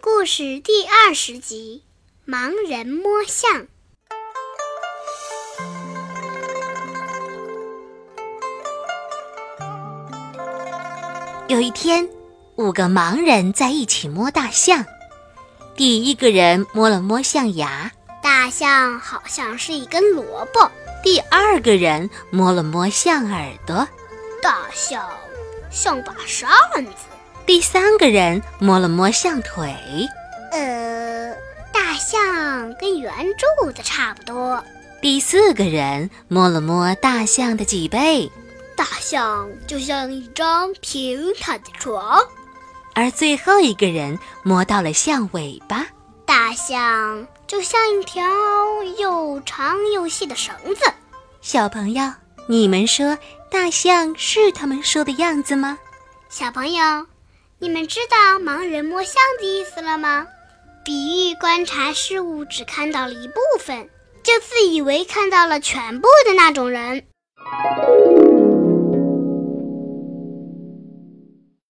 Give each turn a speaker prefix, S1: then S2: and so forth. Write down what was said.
S1: 故事第二十集《盲人摸象》。
S2: 有一天，五个盲人在一起摸大象。第一个人摸了摸象牙，
S1: 大象好像是一根萝卜。
S2: 第二个人摸了摸象耳朵，
S1: 大象像把扇子。
S2: 第三个人摸了摸象腿，
S1: 呃，大象跟圆柱子差不多。
S2: 第四个人摸了摸大象的脊背，
S1: 大象就像一张平坦的床。
S2: 而最后一个人摸到了象尾巴，
S1: 大象就像一条又长又细的绳子。
S2: 小朋友，你们说大象是他们说的样子吗？
S1: 小朋友，你们知道“盲人摸象”的意思了吗？比喻观察事物只看到了一部分，就自以为看到了全部的那种人。